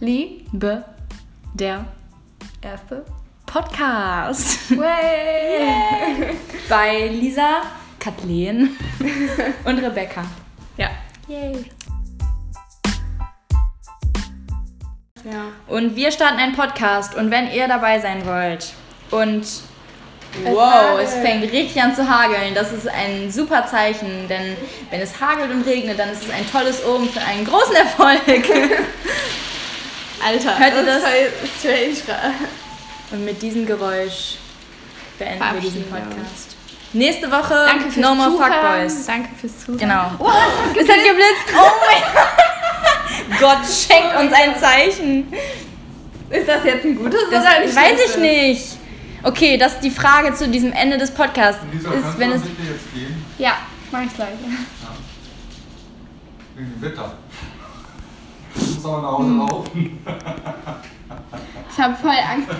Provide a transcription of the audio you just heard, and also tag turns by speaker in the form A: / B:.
A: Liebe, der
B: Erste.
A: Podcast.
B: Way!
A: Bei Lisa, Kathleen und Rebecca. Ja.
B: Yay! Ja.
A: Und wir starten einen Podcast und wenn ihr dabei sein wollt und wow,
B: hagelt.
A: es fängt richtig an zu hageln, das ist ein super Zeichen, denn wenn es hagelt und regnet, dann ist es ein tolles Omen für einen großen Erfolg.
B: Alter,
A: Hört ihr das?
B: ist voll strange gerade.
A: und mit diesem Geräusch beenden wir diesen
B: Verabschieden wir uns.
A: Podcast. Nächste Woche
B: Danke fürs
A: No More
B: Zuhören.
A: Fuckboys.
B: Danke fürs Zuhören.
A: Genau.
B: Oh, es hat
A: Es hat geblitzt. Oh mein Gott, schenkt uns ein Zeichen.
B: Ist das jetzt ein gutes
A: Das
B: oder ein
A: weiß ich
B: schlechtes?
A: nicht. Okay, das ist die Frage zu diesem Ende des Podcasts.
C: Lisa,
A: ist,
C: kannst
A: wenn
C: du
A: es
C: es bitte jetzt gehen?
B: Ja, mach ich gleich.
C: Ja. Wegen dem Wetter.
A: Hm.
C: Ich muss aber nach Hause laufen.
B: Ich habe voll Angst vor.